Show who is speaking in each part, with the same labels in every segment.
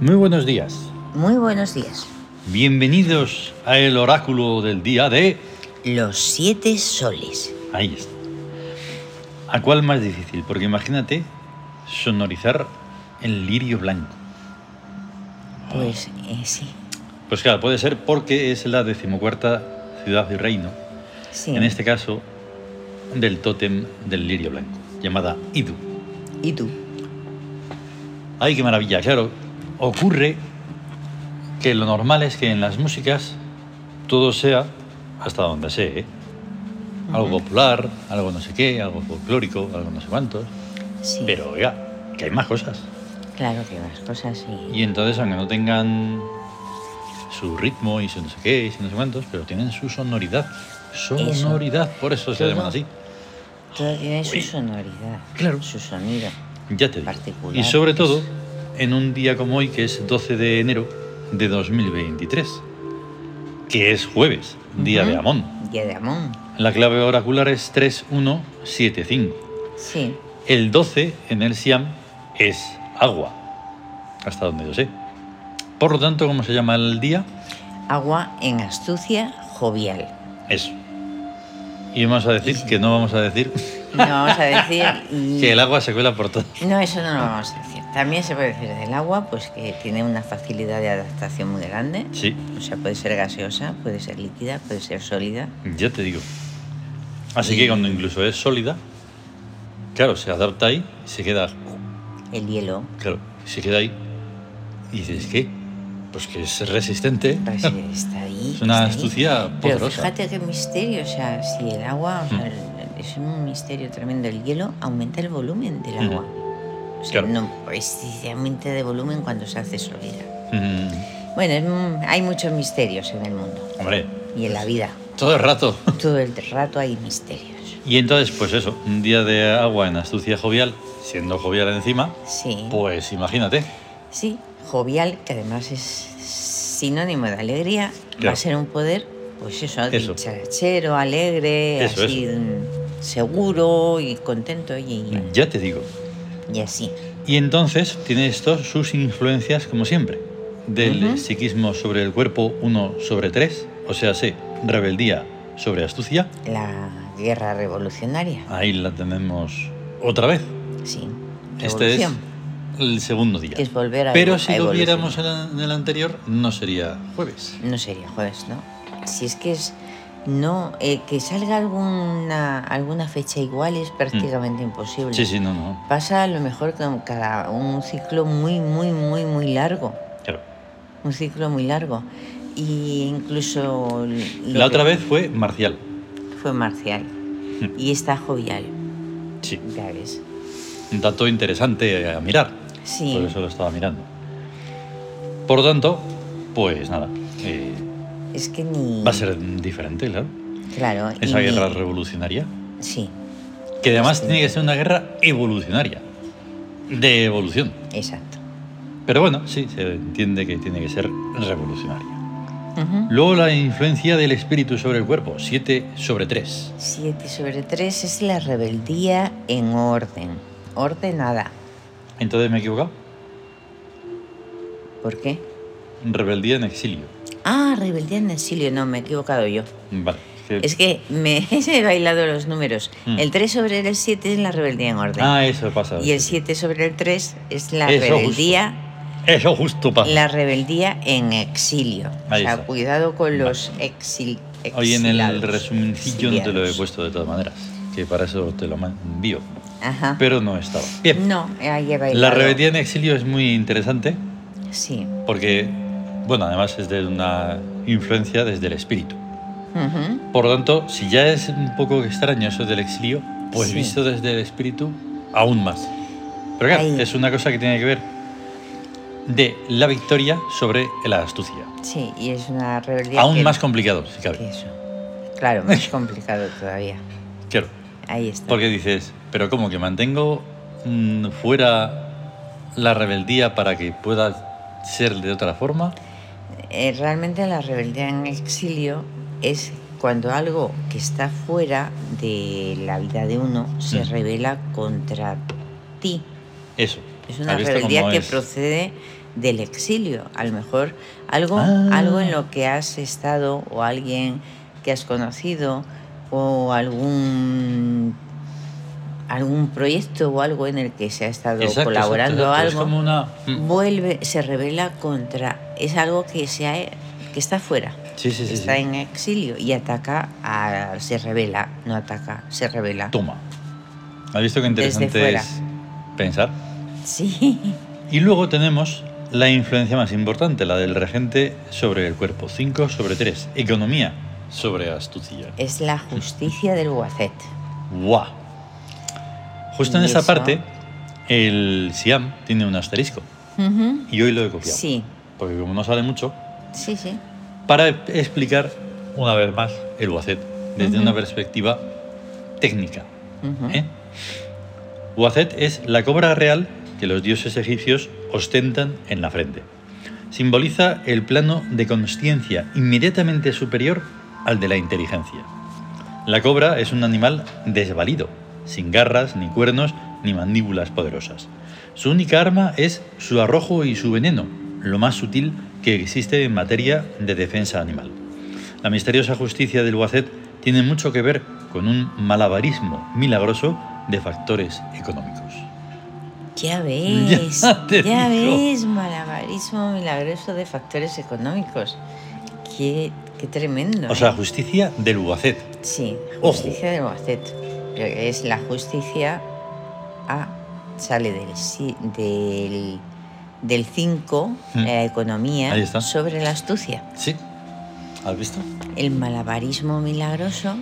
Speaker 1: Muy buenos días.
Speaker 2: Muy buenos días.
Speaker 1: Bienvenidos a el oráculo del día de...
Speaker 2: Los siete soles.
Speaker 1: Ahí está. ¿A cuál más difícil? Porque imagínate sonorizar el lirio blanco.
Speaker 2: Pues eh, sí.
Speaker 1: Pues claro, puede ser porque es la decimocuarta ciudad y reino,
Speaker 2: sí.
Speaker 1: en este caso del tótem del lirio blanco, llamada Idu.
Speaker 2: ¿Y tú?
Speaker 1: ¡Ay, qué maravilla! Claro, ocurre que lo normal es que en las músicas todo sea hasta donde sé, ¿eh? Algo popular, algo no sé qué, algo folclórico, algo no sé cuántos.
Speaker 2: Sí.
Speaker 1: Pero oiga, que hay más cosas.
Speaker 2: Claro que las cosas sí.
Speaker 1: Y entonces, aunque no tengan su ritmo y su no sé qué y su no sé cuántos, pero tienen su sonoridad. Sonoridad, por eso se
Speaker 2: Todo.
Speaker 1: llaman así.
Speaker 2: Todo tiene su
Speaker 1: Uy.
Speaker 2: sonoridad.
Speaker 1: Claro.
Speaker 2: Su sonido.
Speaker 1: Ya te digo.
Speaker 2: Particular,
Speaker 1: Y sobre
Speaker 2: es-
Speaker 1: todo, en un día como hoy, que es 12 de enero de 2023, que es jueves, día de
Speaker 2: Ujú.
Speaker 1: Amón.
Speaker 2: Día de Amón.
Speaker 1: La clave oracular es 3175.
Speaker 2: Sí.
Speaker 1: El 12 en el Siam es agua, hasta donde yo sé. Por lo tanto, ¿cómo se llama el día?
Speaker 2: Agua en astucia jovial.
Speaker 1: Eso. Y vamos a decir que no vamos a decir
Speaker 2: No vamos a decir.
Speaker 1: que el agua se cuela por todo.
Speaker 2: No, eso no lo vamos a decir. También se puede decir del agua, pues que tiene una facilidad de adaptación muy grande.
Speaker 1: Sí,
Speaker 2: O sea, puede ser gaseosa, puede ser líquida, puede ser sólida.
Speaker 1: ya te digo. Así que cuando incluso es sólida, claro, se adapta ahí, se queda,
Speaker 2: El hielo
Speaker 1: claro, se queda ahí. Y dices, ¿qué? Pues que es resistente.
Speaker 2: Pues está ahí.
Speaker 1: Es una
Speaker 2: está ahí.
Speaker 1: astucia
Speaker 2: Pero
Speaker 1: poderosa. Mm.
Speaker 2: fíjate qué misterio, o sea, si el agua, o sea, el- es un misterio tremendo. El hielo aumenta el volumen del
Speaker 1: Mm.
Speaker 2: agua. O sea,
Speaker 1: Claro.
Speaker 2: no, es, se aumenta de volumen cuando se hace sólida.
Speaker 1: Mm,
Speaker 2: Bueno, es un- hay muchos misterios en el mundo
Speaker 1: hombre,
Speaker 2: y en la vida.
Speaker 1: todo el rato.
Speaker 2: Todo el rato hay misterios.
Speaker 1: Y entonces, pues eso, un día de agua en astucia jovial, siendo jovial encima,
Speaker 2: Sí,
Speaker 1: pues imagínate.
Speaker 2: sí, jovial, que además es sinónimo de alegría, va
Speaker 1: Claro.
Speaker 2: a ser un poder, pues eso,
Speaker 1: Eso.
Speaker 2: dicharachero, alegre,
Speaker 1: Eso,
Speaker 2: así mm, seguro y contento y, y-
Speaker 1: Ya te digo. Mm.
Speaker 2: y así.
Speaker 1: Y entonces tiene esto sus influencias, como siempre, del
Speaker 2: Ujú.
Speaker 1: psiquismo sobre el cuerpo 1 sobre 3, o sea, se rebeldía sobre astucia.
Speaker 2: La guerra revolucionaria,
Speaker 1: Ahí la tenemos otra vez.
Speaker 2: sí.
Speaker 1: Este es
Speaker 2: Revolución,
Speaker 1: el segundo día.
Speaker 2: que es volver a
Speaker 1: Pero
Speaker 2: evo-
Speaker 1: si
Speaker 2: a
Speaker 1: lo
Speaker 2: evolucionar.
Speaker 1: viéramos en el- en el anterior, no sería jueves.
Speaker 2: No sería jueves, ¿no? Si es que es... No, eh, que salga alguna, alguna fecha igual es prácticamente imposible.
Speaker 1: Mm. Sí, sí, no, no.
Speaker 2: Pasa a lo mejor con cada un ciclo muy, muy, muy, muy largo.
Speaker 1: Claro.
Speaker 2: Un ciclo muy largo. Y incluso... lo
Speaker 1: La
Speaker 2: que
Speaker 1: otra vez Mm. fue Marcial.
Speaker 2: Fue marcial. Y está jovial,
Speaker 1: Sí.
Speaker 2: ya ves.
Speaker 1: un dato interesante a mirar.
Speaker 2: Sí.
Speaker 1: Por eso lo estaba mirando. Por lo tanto, pues nada. eh,
Speaker 2: Es que ni...
Speaker 1: va a ser diferente, claro.
Speaker 2: Claro. y
Speaker 1: Esa
Speaker 2: ni-
Speaker 1: guerra revolucionaria.
Speaker 2: Sí,
Speaker 1: Que además
Speaker 2: Sí.
Speaker 1: tiene que ser una guerra evolucionaria. De evolución.
Speaker 2: exacto.
Speaker 1: Pero bueno, sí, se entiende que tiene que ser revolucionaria.
Speaker 2: Ujú.
Speaker 1: Luego la influencia del espíritu sobre el cuerpo. 7 sobre 3.
Speaker 2: 7 sobre 3 es la rebeldía en orden, ordenada.
Speaker 1: Entonces me he equivocado.
Speaker 2: ¿Por qué?
Speaker 1: Rebeldía en exilio.
Speaker 2: Ah, rebeldía en exilio, no, me he equivocado yo.
Speaker 1: Vale.
Speaker 2: Es que me he bailado los números.
Speaker 1: Mm.
Speaker 2: El 3 sobre el 7 es la rebeldía en orden.
Speaker 1: Ah, eso pasa.
Speaker 2: y el 7 sobre el 3 es la
Speaker 1: Eso justo.
Speaker 2: rebeldía,
Speaker 1: Eso justo pasa.
Speaker 2: la rebeldía en exilio.
Speaker 1: Ahí
Speaker 2: o sea,
Speaker 1: está.
Speaker 2: cuidado con los exil,
Speaker 1: Hoy en el
Speaker 2: exilados,
Speaker 1: resumencillo no te lo he
Speaker 2: exiliados.
Speaker 1: puesto de todas maneras, que para eso te lo man- envío,
Speaker 2: Ajá.
Speaker 1: pero no estaba. Bien,
Speaker 2: no, ahí he bailado.
Speaker 1: la rebeldía en exilio es muy interesante
Speaker 2: Sí.
Speaker 1: porque, bueno, además es de una influencia desde el espíritu.
Speaker 2: Ujú.
Speaker 1: Por lo tanto, si ya es un poco extraño eso del exilio, pues
Speaker 2: Sí.
Speaker 1: visto desde el espíritu, aún más. Pero claro,
Speaker 2: Ahí.
Speaker 1: es una cosa que tiene que ver de la victoria sobre la astucia.
Speaker 2: Sí, y es una rebeldía.
Speaker 1: Aún
Speaker 2: que-
Speaker 1: más complicado, si
Speaker 2: que
Speaker 1: cabe.
Speaker 2: eso. Claro, más complicado todavía.
Speaker 1: Claro.
Speaker 2: Ahí está.
Speaker 1: Porque dices, pero ¿cómo que mantengo mm, fuera la rebeldía para que pueda ser de otra forma?
Speaker 2: Eh, realmente la rebeldía en exilio es cuando algo que está fuera de la vida de uno se
Speaker 1: Mm.
Speaker 2: revela contra ti.
Speaker 1: Eso.
Speaker 2: Es una
Speaker 1: ¿Has visto
Speaker 2: rebeldía
Speaker 1: cómo
Speaker 2: que
Speaker 1: es?
Speaker 2: procede del exilio, a lo mejor algo,
Speaker 1: Ah.
Speaker 2: algo en lo que has estado o alguien que has conocido o algún algún proyecto o algo en el que se ha estado
Speaker 1: Exacto,
Speaker 2: colaborando o
Speaker 1: exacto, exacto. Es
Speaker 2: algo
Speaker 1: como una... Mm.
Speaker 2: vuelve se revela contra es algo que se ha, que está fuera
Speaker 1: Sí, sí, sí.
Speaker 2: está
Speaker 1: sí.
Speaker 2: en exilio y ataca a se revela no ataca se revela
Speaker 1: Toma. ¿Has visto qué
Speaker 2: Desde
Speaker 1: interesante
Speaker 2: fuera.
Speaker 1: es pensar?
Speaker 2: sí
Speaker 1: Y luego tenemos la influencia más importante, la del regente sobre el cuerpo. 5 sobre 3. Economía sobre astucia.
Speaker 2: es la justicia del Guacet
Speaker 1: ¡Guau! Justo en
Speaker 2: ¿Y
Speaker 1: esta
Speaker 2: eso?
Speaker 1: parte, el Siam tiene un asterisco.
Speaker 2: Ujú.
Speaker 1: Y hoy lo he copiado.
Speaker 2: sí
Speaker 1: Porque como no sale mucho,
Speaker 2: sí sí
Speaker 1: para explicar una vez más el Wacet desde
Speaker 2: Ujú.
Speaker 1: una perspectiva técnica.
Speaker 2: Ujú.
Speaker 1: ¿eh? Wacet es la cobra real que los dioses egipcios ostentan en la frente. Simboliza el plano de consciencia inmediatamente superior al de la inteligencia. La cobra es un animal desvalido, sin garras, ni cuernos, ni mandíbulas poderosas. Su única arma es su arrojo y su veneno, lo más sutil que existe en materia de defensa animal. La misteriosa justicia del Wacet tiene mucho que ver con un malabarismo milagroso de factores económicos.
Speaker 2: ya ves
Speaker 1: Ya te
Speaker 2: ya
Speaker 1: digo.
Speaker 2: ves malabarismo milagroso de factores económicos qué, qué tremendo
Speaker 1: O
Speaker 2: ¿eh?
Speaker 1: sea, justicia del Wacet.
Speaker 2: Sí,
Speaker 1: Ojo.
Speaker 2: justicia del Bacet. Pero es la justicia A, sale del si- del del 5,
Speaker 1: Mm.
Speaker 2: la economía,
Speaker 1: Ahí está.
Speaker 2: sobre la astucia.
Speaker 1: ¿Sí? ¿Has visto?
Speaker 2: El malabarismo milagroso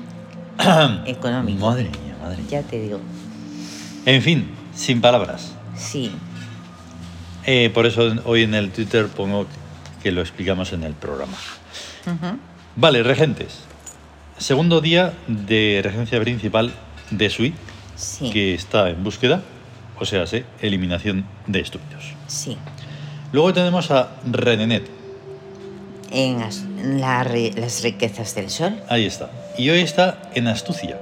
Speaker 2: económico.
Speaker 1: Madre mía, madre mía.
Speaker 2: Ya te digo,
Speaker 1: En fin, sin palabras.
Speaker 2: sí,
Speaker 1: Eh, por eso hoy en el Twitter pongo que lo explicamos en el programa.
Speaker 2: Ujú.
Speaker 1: Vale, regentes. Segundo día de regencia principal de SUI,
Speaker 2: sí,
Speaker 1: que está en búsqueda, o sea, sí, eliminación de estúpidos.
Speaker 2: sí.
Speaker 1: Luego tenemos a Renenet,
Speaker 2: En as- en la ri- las riquezas del sol,
Speaker 1: ahí está. Y hoy está en astucia.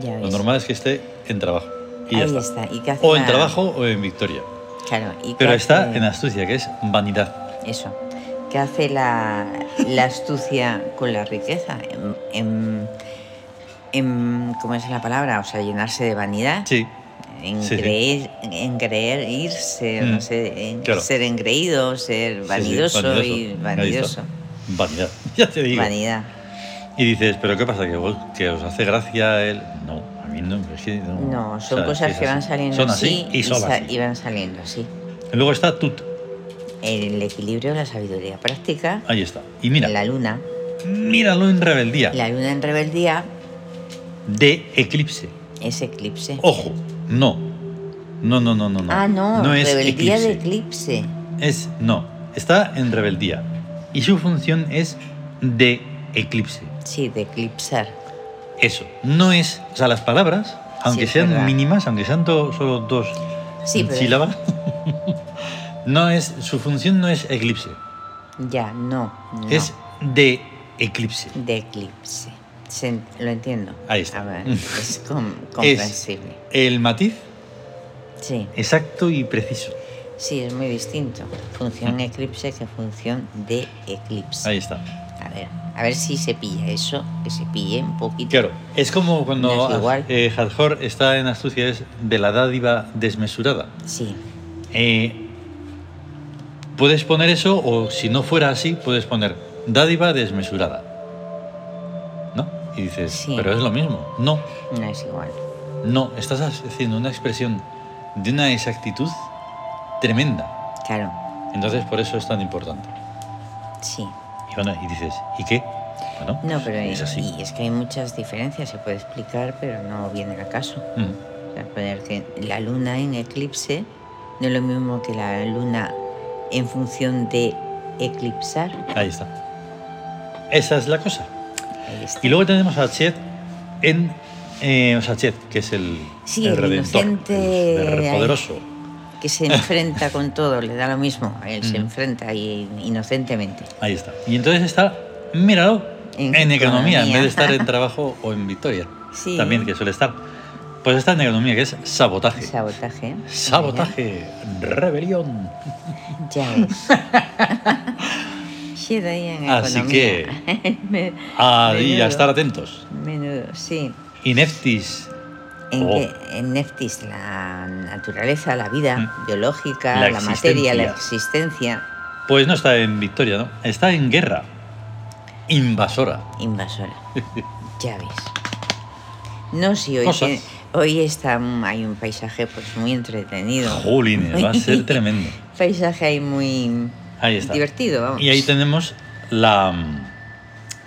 Speaker 2: ya
Speaker 1: Lo
Speaker 2: ves.
Speaker 1: normal es que esté en trabajo. Y ya
Speaker 2: Ahí
Speaker 1: está.
Speaker 2: está. ¿Y qué hace
Speaker 1: O en
Speaker 2: la-
Speaker 1: trabajo o en victoria.
Speaker 2: Claro, ¿y qué
Speaker 1: Pero está
Speaker 2: hace-
Speaker 1: en astucia, que es vanidad.
Speaker 2: Eso. ¿Qué hace la, la astucia con la riqueza? En, en- en- ¿Cómo es la palabra? O sea, llenarse de vanidad.
Speaker 1: Sí,
Speaker 2: En,
Speaker 1: sí, sí.
Speaker 2: creer, en creer, irse, no
Speaker 1: Mm,
Speaker 2: sé, en
Speaker 1: claro.
Speaker 2: ser engreído, ser
Speaker 1: sí, sí,
Speaker 2: vanidoso, y
Speaker 1: Ahí está.
Speaker 2: vanidoso.
Speaker 1: Vanidad, ya te digo.
Speaker 2: Vanidad.
Speaker 1: Y dices, ¿pero qué pasa? ¿Que, vos- que os hace gracia el...? No, a mí no. Es que no.
Speaker 2: No, son
Speaker 1: O sea,
Speaker 2: cosas
Speaker 1: es
Speaker 2: que
Speaker 1: así.
Speaker 2: van saliendo
Speaker 1: Son
Speaker 2: así,
Speaker 1: así y son
Speaker 2: sa-
Speaker 1: así.
Speaker 2: y van saliendo así.
Speaker 1: Luego está Tut,
Speaker 2: El equilibrio, la sabiduría práctica,
Speaker 1: ahí está. Y mira,
Speaker 2: la luna.
Speaker 1: míralo en rebeldía.
Speaker 2: La luna en rebeldía
Speaker 1: De eclipse.
Speaker 2: es eclipse.
Speaker 1: Ojo, no. No, no, no, no. Oh, no.
Speaker 2: ah, no,
Speaker 1: no es
Speaker 2: rebeldía
Speaker 1: eclipse.
Speaker 2: de eclipse.
Speaker 1: Es, no, está en rebeldía. Y su función es de eclipse.
Speaker 2: Sí, de eclipsar.
Speaker 1: Eso. No es, o sea, las palabras, aunque
Speaker 2: es
Speaker 1: sean
Speaker 2: verdad.
Speaker 1: mínimas, aunque sean to- solo dos
Speaker 2: Sí, pero-
Speaker 1: sílabas, no es, su función no es eclipse,
Speaker 2: Ya, no. no.
Speaker 1: es de eclipse.
Speaker 2: de eclipse. Se- lo entiendo.
Speaker 1: Ahí está.
Speaker 2: A ver, es com- comprensible.
Speaker 1: El matiz
Speaker 2: Sí,
Speaker 1: exacto y preciso.
Speaker 2: sí, es muy distinto. Función eclipse que función de eclipse.
Speaker 1: Ahí está.
Speaker 2: A ver, a ver si se pilla eso, que se pille un poquito.
Speaker 1: Claro, es como
Speaker 2: No
Speaker 1: cuando
Speaker 2: es igual.
Speaker 1: eh, Hathor está en astucia, es de la dádiva desmesurada.
Speaker 2: Sí,
Speaker 1: Eh, puedes poner eso o si no fuera así, puedes poner dádiva desmesurada. ¿No? Y dices,
Speaker 2: Sí.
Speaker 1: pero es lo mismo. No,
Speaker 2: no es igual.
Speaker 1: no, estás haciendo una expresión de una exactitud tremenda.
Speaker 2: Claro,
Speaker 1: Entonces por eso es tan importante.
Speaker 2: sí.
Speaker 1: Y, bueno, y dices, ¿y qué? Bueno,
Speaker 2: No, pero
Speaker 1: es
Speaker 2: es,
Speaker 1: así.
Speaker 2: y es que hay muchas diferencias, se puede explicar, pero no viene al caso.
Speaker 1: Mm.
Speaker 2: O sea, poner que la luna en eclipse no es lo mismo que la luna en función de eclipsar.
Speaker 1: Ahí está. Esa es la cosa.
Speaker 2: Ahí está.
Speaker 1: Y luego tenemos a Chet en. eh, o sea, Chet, que es el.
Speaker 2: Sí, el
Speaker 1: redentor,
Speaker 2: inocente.
Speaker 1: el poderoso.
Speaker 2: Que se enfrenta con todo, le da lo mismo. Él se
Speaker 1: Mm.
Speaker 2: enfrenta ahí inocentemente.
Speaker 1: Ahí está. Y entonces está, míralo,
Speaker 2: En
Speaker 1: en, economía, en
Speaker 2: economía.
Speaker 1: vez de estar en trabajo o en victoria.
Speaker 2: Sí.
Speaker 1: También que suele estar. Pues esta negronomía que es sabotaje.
Speaker 2: Sabotaje.
Speaker 1: Sabotaje, rebelión.
Speaker 2: Ya ves. Queda ahí en
Speaker 1: Así
Speaker 2: economía. Me-
Speaker 1: A, y
Speaker 2: menudo,
Speaker 1: a estar atentos.
Speaker 2: menudo, sí.
Speaker 1: Ineptis,
Speaker 2: En,
Speaker 1: Oh.
Speaker 2: que- en Neftis, la naturaleza, la vida
Speaker 1: Mm.
Speaker 2: biológica,
Speaker 1: La
Speaker 2: la, materia, la existencia
Speaker 1: pues no está en victoria, ¿no? Está en guerra. Invasora.
Speaker 2: invasora. ya ves. No, sí, hoy,
Speaker 1: Cosas.
Speaker 2: tiene- hoy está, hay un paisaje pues muy entretenido.
Speaker 1: Jolines, va a ser tremendo.
Speaker 2: paisaje ahí muy
Speaker 1: Ahí está.
Speaker 2: divertido, vamos.
Speaker 1: Y ahí tenemos la, mm,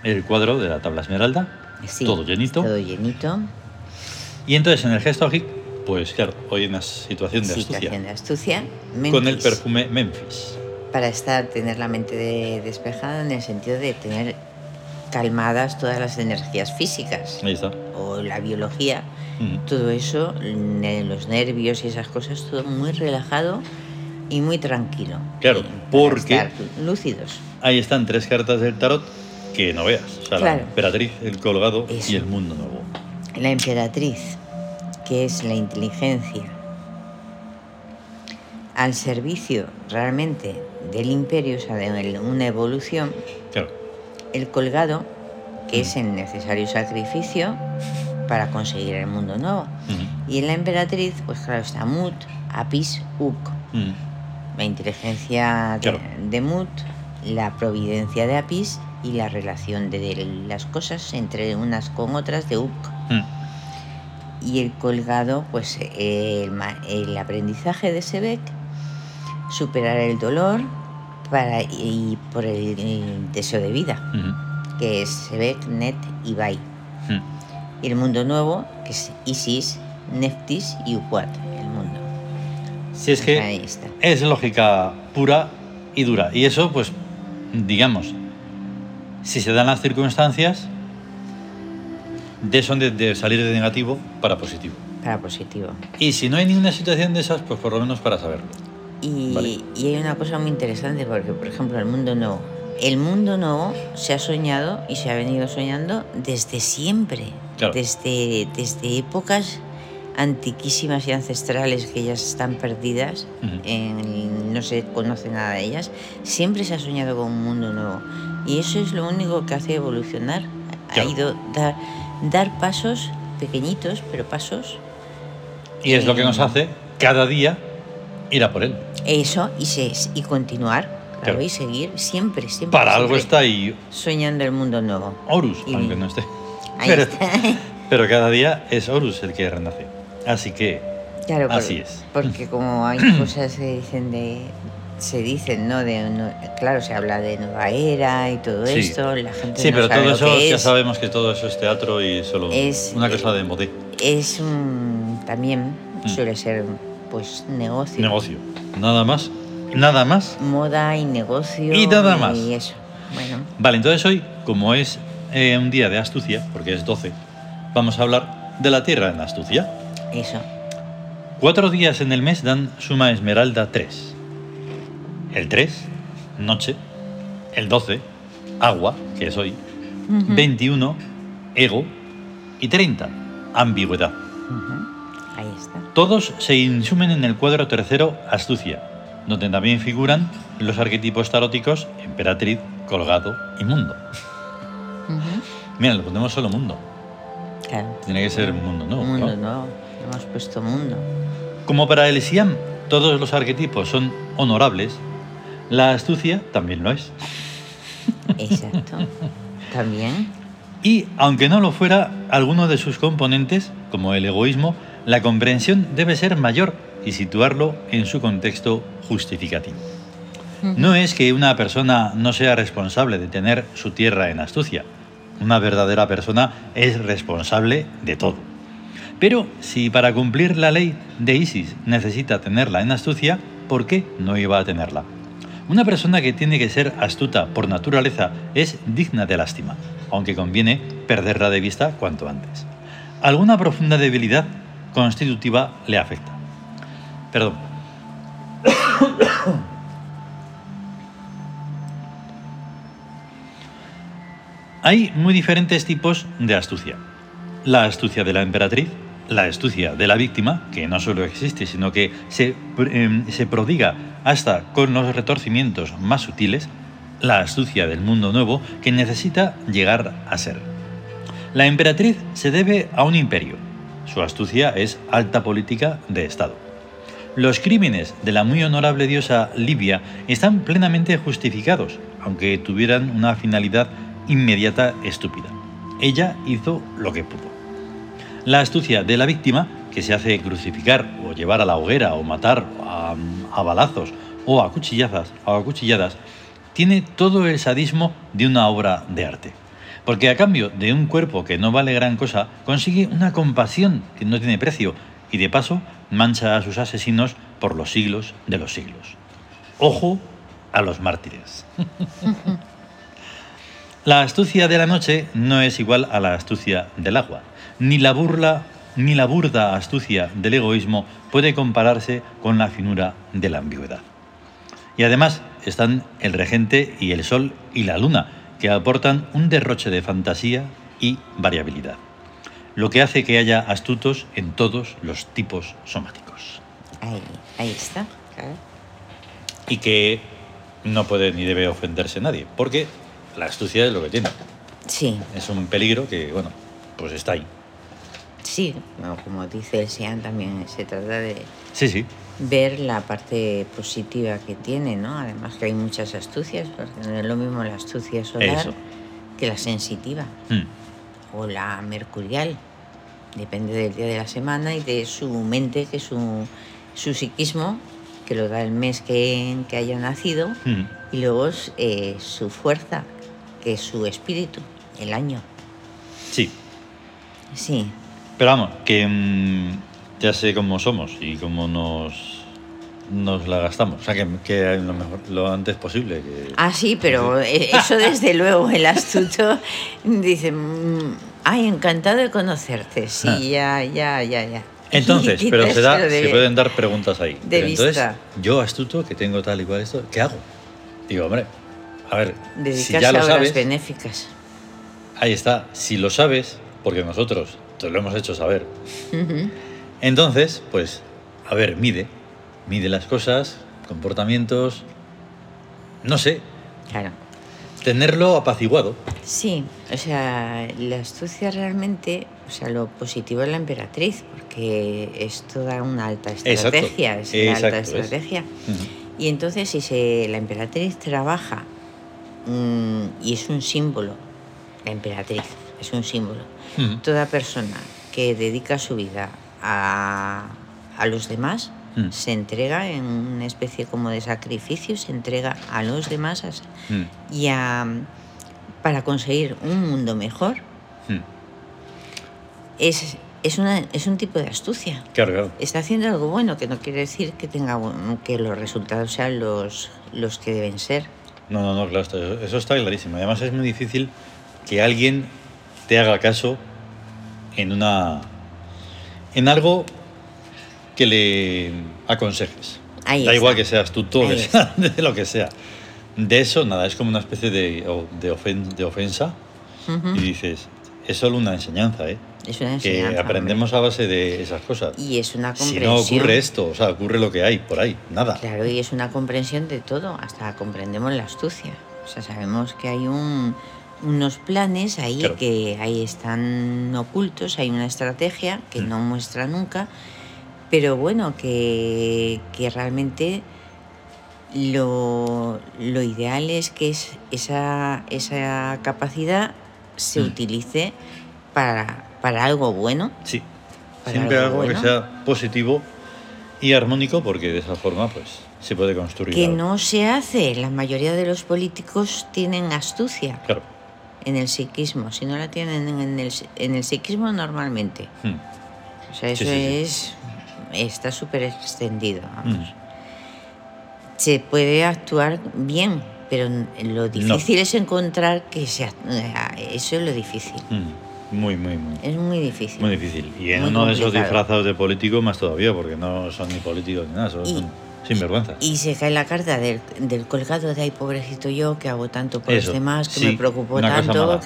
Speaker 1: el cuadro de la tabla esmeralda,
Speaker 2: Sí,
Speaker 1: todo llenito.
Speaker 2: Todo llenito.
Speaker 1: Y entonces en el gesto agic, pues claro, hoy en una situación de
Speaker 2: Situación
Speaker 1: astucia.
Speaker 2: de astucia.
Speaker 1: Con el
Speaker 2: Mentis.
Speaker 1: perfume Memphis.
Speaker 2: para estar tener la mente de- despejada en el sentido de tener calmadas todas las energías físicas
Speaker 1: Ahí está.
Speaker 2: o la biología
Speaker 1: Mm.
Speaker 2: todo eso ne- los nervios y esas cosas todo muy relajado y muy tranquilo
Speaker 1: Claro,
Speaker 2: Y para
Speaker 1: porque-
Speaker 2: estar lúcidos
Speaker 1: Ahí están tres cartas del tarot que no veas. O sea, la
Speaker 2: Claro.
Speaker 1: emperatriz, el colgado
Speaker 2: Eso.
Speaker 1: y el mundo nuevo.
Speaker 2: la emperatriz que es la inteligencia al servicio realmente del imperio o sea de una evolución
Speaker 1: Claro.
Speaker 2: el colgado, que es el necesario sacrificio para conseguir el mundo nuevo.
Speaker 1: Mm.
Speaker 2: Y en la emperatriz, pues claro, está Mut, Apis, Uk,
Speaker 1: Mm.
Speaker 2: la inteligencia de,
Speaker 1: Claro.
Speaker 2: de Mut, la providencia de Apis y la relación de, de las cosas entre unas con otras de Uk.
Speaker 1: Mm.
Speaker 2: Y el colgado, pues eh, el, ma- el aprendizaje de Sebek, superar el dolor para, y por el, el deseo de vida
Speaker 1: Mm.
Speaker 2: que es Sebek, Net y Bai.
Speaker 1: Mm.
Speaker 2: Y el mundo nuevo, que es Isis, Neftis y Upuat, el mundo.
Speaker 1: Si es
Speaker 2: Pues
Speaker 1: que
Speaker 2: ahí está.
Speaker 1: es lógica pura y dura. Y eso, pues, digamos, si se dan las circunstancias, de son de, de salir de negativo para positivo.
Speaker 2: Para positivo.
Speaker 1: Y si no hay ninguna situación de esas, pues por lo menos para saberlo.
Speaker 2: Y,
Speaker 1: Vale.
Speaker 2: y hay una cosa muy interesante, porque por ejemplo, el mundo nuevo. El mundo nuevo se ha soñado y se ha venido soñando desde siempre.
Speaker 1: Claro.
Speaker 2: Desde, desde épocas antiquísimas y ancestrales que ya están perdidas,
Speaker 1: Ujú.
Speaker 2: en- no se conoce nada de ellas, siempre se ha soñado con un mundo nuevo. Y eso es lo único que hace evolucionar. Ha
Speaker 1: Claro.
Speaker 2: ido dar, dar pasos pequeñitos, pero pasos.
Speaker 1: Y es lo que nos
Speaker 2: Eh,
Speaker 1: hace cada día ir a por él.
Speaker 2: Eso y, se, y continuar, claro,
Speaker 1: Claro.
Speaker 2: y seguir siempre, siempre.
Speaker 1: Para algo
Speaker 2: siempre
Speaker 1: está ahí
Speaker 2: Soñando el mundo nuevo.
Speaker 1: Horus,
Speaker 2: Y-
Speaker 1: aunque no esté.
Speaker 2: Ahí
Speaker 1: Pero-
Speaker 2: está.
Speaker 1: Pero cada día es Horus el que renace. Así que,
Speaker 2: Claro, por-
Speaker 1: Así es.
Speaker 2: Porque como hay cosas que dicen de. Se dicen, ¿no? De, no- claro, se habla de nueva era y todo
Speaker 1: Sí.
Speaker 2: esto. La gente
Speaker 1: sí,
Speaker 2: no
Speaker 1: pero
Speaker 2: sabe
Speaker 1: todo
Speaker 2: lo
Speaker 1: eso
Speaker 2: que
Speaker 1: ya
Speaker 2: es.
Speaker 1: sabemos que todo eso es teatro y solo
Speaker 2: Es-
Speaker 1: una cosa de modé,
Speaker 2: Es un. También
Speaker 1: Mm.
Speaker 2: suele ser, pues, negocio.
Speaker 1: negocio. Nada más, nada más.
Speaker 2: Moda y negocio.
Speaker 1: Y nada más.
Speaker 2: Y eso. Bueno,
Speaker 1: Vale, entonces hoy, como es eh, un día de astucia, porque es 12, vamos a hablar de la Tierra en la astucia.
Speaker 2: eso.
Speaker 1: Cuatro días en el mes dan suma esmeralda 3. El 3, noche. El 12, agua, que es hoy. 21, ego. Y 30, ambigüedad.
Speaker 2: Ujú. Ahí está.
Speaker 1: Todos se insumen en el cuadro tercero Astucia, donde también figuran los arquetipos taróticos Emperatriz, Colgado y Mundo.
Speaker 2: Ujú.
Speaker 1: Mira, le ponemos solo Mundo.
Speaker 2: Claro.
Speaker 1: Tiene que ser Mundo Nuevo. ¿no?
Speaker 2: mundo nuevo. Hemos puesto mundo.
Speaker 1: Como para el Siam todos los arquetipos son honorables, la astucia también lo es.
Speaker 2: Exacto. También.
Speaker 1: Y aunque no lo fuera alguno de sus componentes, como el egoísmo, la comprensión debe ser mayor y situarlo en su contexto justificativo. No es que una persona no sea responsable de tener su tierra en astucia. Una verdadera persona es responsable de todo. Pero si para cumplir la ley de Isis necesita tenerla en astucia, ¿por qué no iba a tenerla? Una persona que tiene que ser astuta por naturaleza es digna de lástima, aunque conviene perderla de vista cuanto antes. Alguna profunda debilidad constitutiva le afecta. Perdón, Hay muy diferentes tipos de astucia. La astucia de la emperatriz, la astucia de la víctima, que no solo existe, sino que se, pr- em, se prodiga hasta con los retorcimientos más sutiles, la astucia del mundo nuevo que necesita llegar a ser. La emperatriz se debe a un imperio. Su astucia es alta política de Estado. Los crímenes de la muy honorable diosa Livia están plenamente justificados, aunque tuvieran una finalidad inmediata estúpida. Ella hizo lo que pudo. La astucia de la víctima, que se hace crucificar o llevar a la hoguera o matar a, a balazos o a cuchillazas- a cuchilladas, tiene todo el sadismo de una obra de arte. Porque a cambio de un cuerpo que no vale gran cosa, consigue una compasión que no tiene precio y de paso mancha a sus asesinos por los siglos de los siglos. Ojo a los mártires. La astucia de la noche no es igual a la astucia del agua. Ni la burla ni la burda astucia del egoísmo puede compararse con la finura de la ambigüedad. Y además están el regente y el sol y la luna, que aportan un derroche de fantasía y variabilidad, lo que hace que haya astutos en todos los tipos somáticos.
Speaker 2: Ahí, ahí está. claro.
Speaker 1: Y que no puede ni debe ofenderse nadie, porque la astucia es lo que tiene.
Speaker 2: Sí,
Speaker 1: Es un peligro que, bueno, pues está ahí.
Speaker 2: sí. Bueno, como dice el Sean, también se trata de
Speaker 1: Sí, sí.
Speaker 2: ver la parte positiva que tiene, ¿no? Además que hay muchas astucias, porque no es lo mismo la astucia solar
Speaker 1: Eso.
Speaker 2: que la sensitiva
Speaker 1: Mm.
Speaker 2: o la mercurial. Depende del día de la semana y de su mente, que su, su psiquismo, que lo da el mes que, que haya nacido,
Speaker 1: Mm.
Speaker 2: y luego eh, su fuerza, que es su espíritu, el año.
Speaker 1: Sí.
Speaker 2: Sí,
Speaker 1: Pero vamos, que mm, ya sé cómo somos y cómo nos, nos la gastamos. O sea, que, que lo, mejor, lo antes posible. que-
Speaker 2: Ah, sí, pero eh, eso desde luego, el astuto dice, mm, ay, encantado de conocerte.
Speaker 1: Ah.
Speaker 2: Sí, ya, ya, ya, ya.
Speaker 1: Entonces,
Speaker 2: Y
Speaker 1: pero se, da-
Speaker 2: quitárselo de-
Speaker 1: se pueden dar preguntas ahí. Pero entonces,
Speaker 2: vista.
Speaker 1: yo astuto, que tengo tal y cual esto, ¿qué hago? Digo, hombre, a ver, si
Speaker 2: Dedicarse
Speaker 1: ya
Speaker 2: a
Speaker 1: lo
Speaker 2: obras
Speaker 1: sabes,
Speaker 2: benéficas.
Speaker 1: ahí está. Si lo sabes, porque nosotros te lo hemos hecho saber,
Speaker 2: Ujú.
Speaker 1: Entonces, pues, a ver, mide. Mide las cosas, comportamientos. No sé,
Speaker 2: Claro.
Speaker 1: tenerlo apaciguado.
Speaker 2: Sí, o sea, la astucia realmente, o sea, lo positivo es la emperatriz, porque es toda una alta
Speaker 1: Exacto,
Speaker 2: estrategia, es una alta
Speaker 1: exacto, es.
Speaker 2: estrategia. Y entonces si se- la emperatriz trabaja mm, y es un símbolo, la emperatriz es un símbolo,
Speaker 1: Ujú.
Speaker 2: toda persona que dedica su vida a, a los demás
Speaker 1: Mm.
Speaker 2: se entrega en una especie como de sacrificio, se entrega a los demás as-
Speaker 1: Mm,
Speaker 2: y a, para conseguir un mundo mejor
Speaker 1: mm.
Speaker 2: es, es, una, es un tipo de astucia.
Speaker 1: Claro, claro.
Speaker 2: Está haciendo algo bueno, que no quiere decir que tenga bu- que los resultados sean los, los que deben ser.
Speaker 1: No, no, no, claro, está- eso, eso está clarísimo. Además, es muy difícil que alguien te haga caso en una. en algo que le aconsejes.
Speaker 2: Ahí
Speaker 1: da
Speaker 2: está.
Speaker 1: igual que seas tú, todo,
Speaker 2: Ahí
Speaker 1: que sea, de lo que sea. De eso, nada, es como una especie de, o- de, ofen- de ofensa.
Speaker 2: Ujú.
Speaker 1: Y dices, es solo una enseñanza, ¿eh?
Speaker 2: Es una
Speaker 1: que
Speaker 2: enseñanza.
Speaker 1: aprendemos a base de esas cosas.
Speaker 2: hombre. Y es una
Speaker 1: Si
Speaker 2: comprensión.
Speaker 1: no ocurre esto, o sea, ocurre lo que hay por ahí, nada.
Speaker 2: Claro, y es una comprensión de todo, hasta comprendemos la astucia. O sea, sabemos que hay un- unos planes ahí
Speaker 1: Claro.
Speaker 2: que ahí están ocultos, hay una estrategia que
Speaker 1: Mm.
Speaker 2: no muestra nunca, pero bueno, que, que realmente lo, lo ideal es que es- esa, esa capacidad se
Speaker 1: Mm.
Speaker 2: utilice para, para algo bueno.
Speaker 1: Sí.
Speaker 2: Para
Speaker 1: Siempre algo
Speaker 2: algo
Speaker 1: que
Speaker 2: bueno.
Speaker 1: sea positivo y armónico, porque de esa forma, pues, se puede construir.
Speaker 2: Que
Speaker 1: algo.
Speaker 2: no se hace, la mayoría de los políticos tienen astucia.
Speaker 1: Claro.
Speaker 2: en el psiquismo. Si no la tienen en el, en el psiquismo normalmente.
Speaker 1: Mm.
Speaker 2: O sea,
Speaker 1: Sí,
Speaker 2: eso
Speaker 1: sí,
Speaker 2: es. Está súper extendido. vamos.
Speaker 1: Mm.
Speaker 2: Se puede actuar bien, pero n- lo difícil es encontrar que se. act- eh, Eso es lo difícil.
Speaker 1: Mm. Muy, muy, muy.
Speaker 2: Es muy difícil.
Speaker 1: Muy difícil. Y en
Speaker 2: Muy
Speaker 1: uno de esos
Speaker 2: complicado.
Speaker 1: disfrazados de político más todavía, porque no son ni políticos ni nada, son
Speaker 2: Y-
Speaker 1: son sinvergüenzas.
Speaker 2: Y se cae la carta del, del colgado de ay, pobrecito yo, que hago tanto por
Speaker 1: Eso,
Speaker 2: los demás, que
Speaker 1: sí,
Speaker 2: me preocupo
Speaker 1: una cosa
Speaker 2: tanto,
Speaker 1: mala.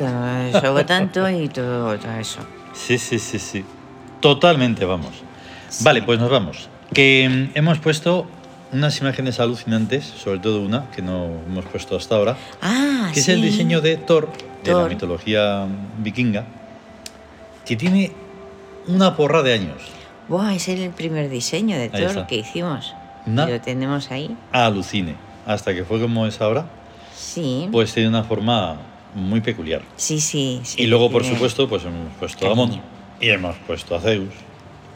Speaker 2: que no hago tanto y todo, todo eso.
Speaker 1: Sí, sí, sí, sí. Totalmente, vamos.
Speaker 2: Sí.
Speaker 1: Vale, pues nos vamos. Que mm, hemos puesto unas imágenes alucinantes, sobre todo una que no hemos puesto hasta ahora,
Speaker 2: Ah,
Speaker 1: que es el
Speaker 2: sí.
Speaker 1: diseño de Thor, de la
Speaker 2: Thor.
Speaker 1: mitología vikinga, que tiene una porra de años.
Speaker 2: Buah, ese es el primer diseño de
Speaker 1: está.
Speaker 2: Thor que hicimos.
Speaker 1: Na-
Speaker 2: Lo tenemos ahí.
Speaker 1: Alucine. Hasta que fue como es ahora,
Speaker 2: Sí.
Speaker 1: pues tiene una forma muy peculiar.
Speaker 2: sí, sí, sí,
Speaker 1: Y luego, por
Speaker 2: tiene-
Speaker 1: supuesto, pues hemos puesto a
Speaker 2: Cariño.
Speaker 1: Amon y hemos puesto a Zeus.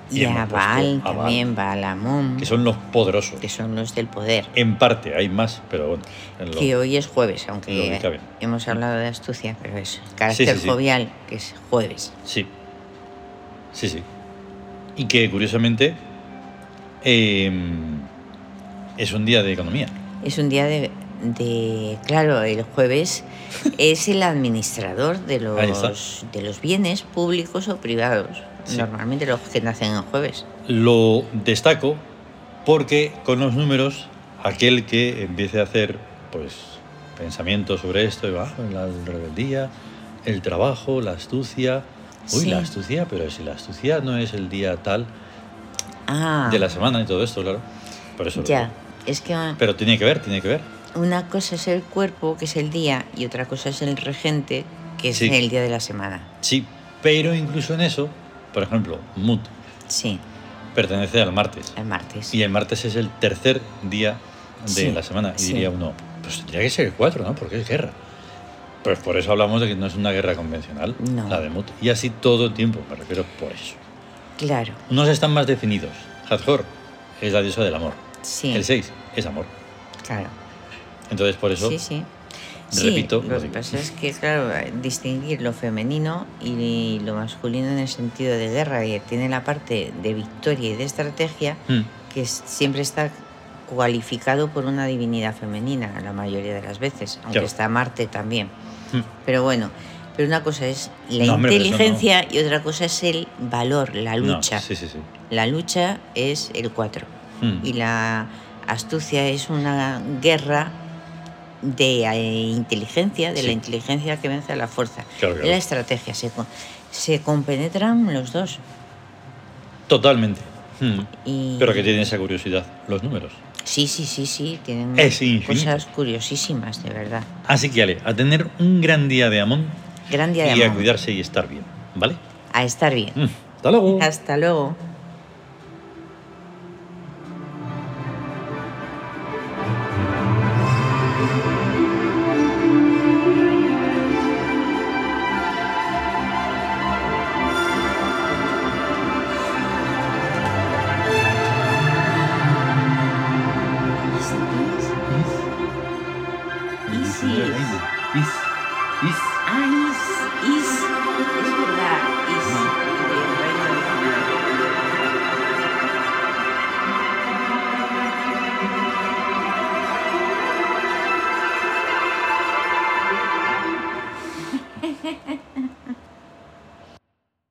Speaker 2: Y a
Speaker 1: hemos puesto
Speaker 2: Baal
Speaker 1: a Baal,
Speaker 2: también, Baalamón,
Speaker 1: pues, Que son los poderosos.
Speaker 2: que son los del poder.
Speaker 1: En parte, hay más, pero bueno. en lo-
Speaker 2: Que hoy es jueves,
Speaker 1: lo que
Speaker 2: aunque
Speaker 1: cabe.
Speaker 2: hemos hablado de astucia, pero es
Speaker 1: Sí,
Speaker 2: carácter
Speaker 1: sí, sí.
Speaker 2: jovial, que es jueves.
Speaker 1: Sí. Sí, sí. Y que, curiosamente, eh, es un día de economía.
Speaker 2: Es un día de, de- claro, el jueves es el administrador de
Speaker 1: Ahí
Speaker 2: los,
Speaker 1: está.
Speaker 2: de los bienes públicos o privados.
Speaker 1: Sí.
Speaker 2: Normalmente los que nacen en jueves.
Speaker 1: Lo destaco porque con los números, aquel que empiece a hacer pues pensamientos sobre esto, y va, "Ah, la rebeldía, el trabajo, la astucia. Uy,
Speaker 2: Sí.
Speaker 1: la astucia, pero si la astucia no es el día tal
Speaker 2: Ah,
Speaker 1: de la semana y todo esto, claro. Por eso. lo
Speaker 2: ya.
Speaker 1: digo.
Speaker 2: Es que
Speaker 1: Pero tiene que ver, tiene que ver.
Speaker 2: una cosa es el cuerpo, que es el día, y otra cosa es el regente, que es
Speaker 1: Sí.
Speaker 2: el día de la semana.
Speaker 1: Sí, pero incluso en eso, por ejemplo, Mut
Speaker 2: Sí,
Speaker 1: pertenece al martes.
Speaker 2: el martes.
Speaker 1: Y el martes es el tercer día de
Speaker 2: Sí,
Speaker 1: la semana. Y
Speaker 2: sí.
Speaker 1: diría uno, pues tendría que ser el 4, ¿no? Porque es guerra. Pues por eso hablamos de que no es una guerra convencional,
Speaker 2: No.
Speaker 1: la de Mut. Y así todo el tiempo, me refiero por eso.
Speaker 2: Claro,
Speaker 1: Unos están más definidos. Hathor es la diosa del amor.
Speaker 2: sí.
Speaker 1: El 6 es amor.
Speaker 2: Claro.
Speaker 1: Entonces por eso
Speaker 2: Sí, sí.
Speaker 1: repito,
Speaker 2: sí,
Speaker 1: lo
Speaker 2: lo que
Speaker 1: digo.
Speaker 2: pasa es que, claro, distinguir lo femenino y lo masculino en el sentido de guerra, y tiene la parte de victoria y de estrategia,
Speaker 1: Mm,
Speaker 2: que es- siempre está cualificado por una divinidad femenina, la mayoría de las veces, aunque
Speaker 1: Claro.
Speaker 2: está Marte también.
Speaker 1: mm.
Speaker 2: Pero bueno, pero una cosa es la
Speaker 1: No, hombre, pero eso no.
Speaker 2: inteligencia y otra cosa es el valor, la
Speaker 1: No,
Speaker 2: lucha.
Speaker 1: sí, sí, sí.
Speaker 2: La lucha es el 4
Speaker 1: Mm.
Speaker 2: y la astucia es una guerra de eh, inteligencia, de
Speaker 1: Sí.
Speaker 2: la inteligencia que vence a la fuerza,
Speaker 1: Claro,
Speaker 2: de
Speaker 1: claro.
Speaker 2: la estrategia. Se, co- se compenetran los dos.
Speaker 1: Totalmente. Mm.
Speaker 2: Y
Speaker 1: Pero que tiene esa curiosidad, los números.
Speaker 2: Sí, sí, sí, sí, tienen
Speaker 1: Es infinito.
Speaker 2: cosas curiosísimas, de verdad.
Speaker 1: Así que Ale, a tener un gran día de Amón
Speaker 2: Gran día de
Speaker 1: y a
Speaker 2: amor.
Speaker 1: cuidarse y estar bien, ¿vale?
Speaker 2: A estar bien.
Speaker 1: Mm, Hasta luego.
Speaker 2: Hasta luego.